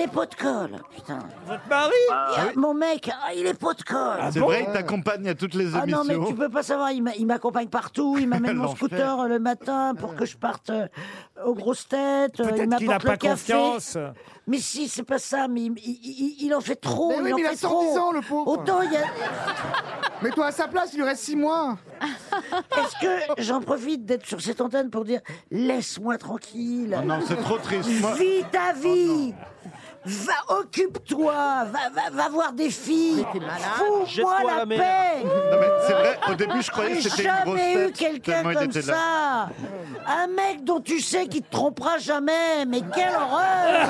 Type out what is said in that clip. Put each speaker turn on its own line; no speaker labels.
est pot de colle, putain.
Votre mari
Ah, Mon mec, ah, il est pot de colle.
C'est vrai, il t'accompagne à toutes les
Ah non,
émissions.
mais tu peux pas savoir, il m'a- il m'accompagne partout, il m'amène mon
L'enfer.
scooter euh, le matin pour que je parte euh, aux grosses têtes, euh, il
Peut-être qu'il n'a
m'apporte
pas
le café.
confiance.
Mais si, c'est pas ça, mais il, il- il- il en fait trop,
Mais oui,
il en
mais il a
fait
110
trop.
ans, le pauvre.
Autant, il y a...
Mais toi, à sa place, il lui reste 6 mois.
est-ce que j'en profite d'être sur cette antenne pour dire laisse-moi tranquille,
Oh non, c'est trop triste. Moi,
vis ta vie, va occupe-toi, va, va, va voir des filles, fous-moi
Jette-toi à
la,
la mer.
paix.
non, mais c'est vrai, au début, je croyais que
J'ai
c'était une grosse tête.
jamais eu quelqu'un
tellement il
comme
était là.
ça. Un mec dont tu sais qu'il te trompera jamais. Mais quelle horreur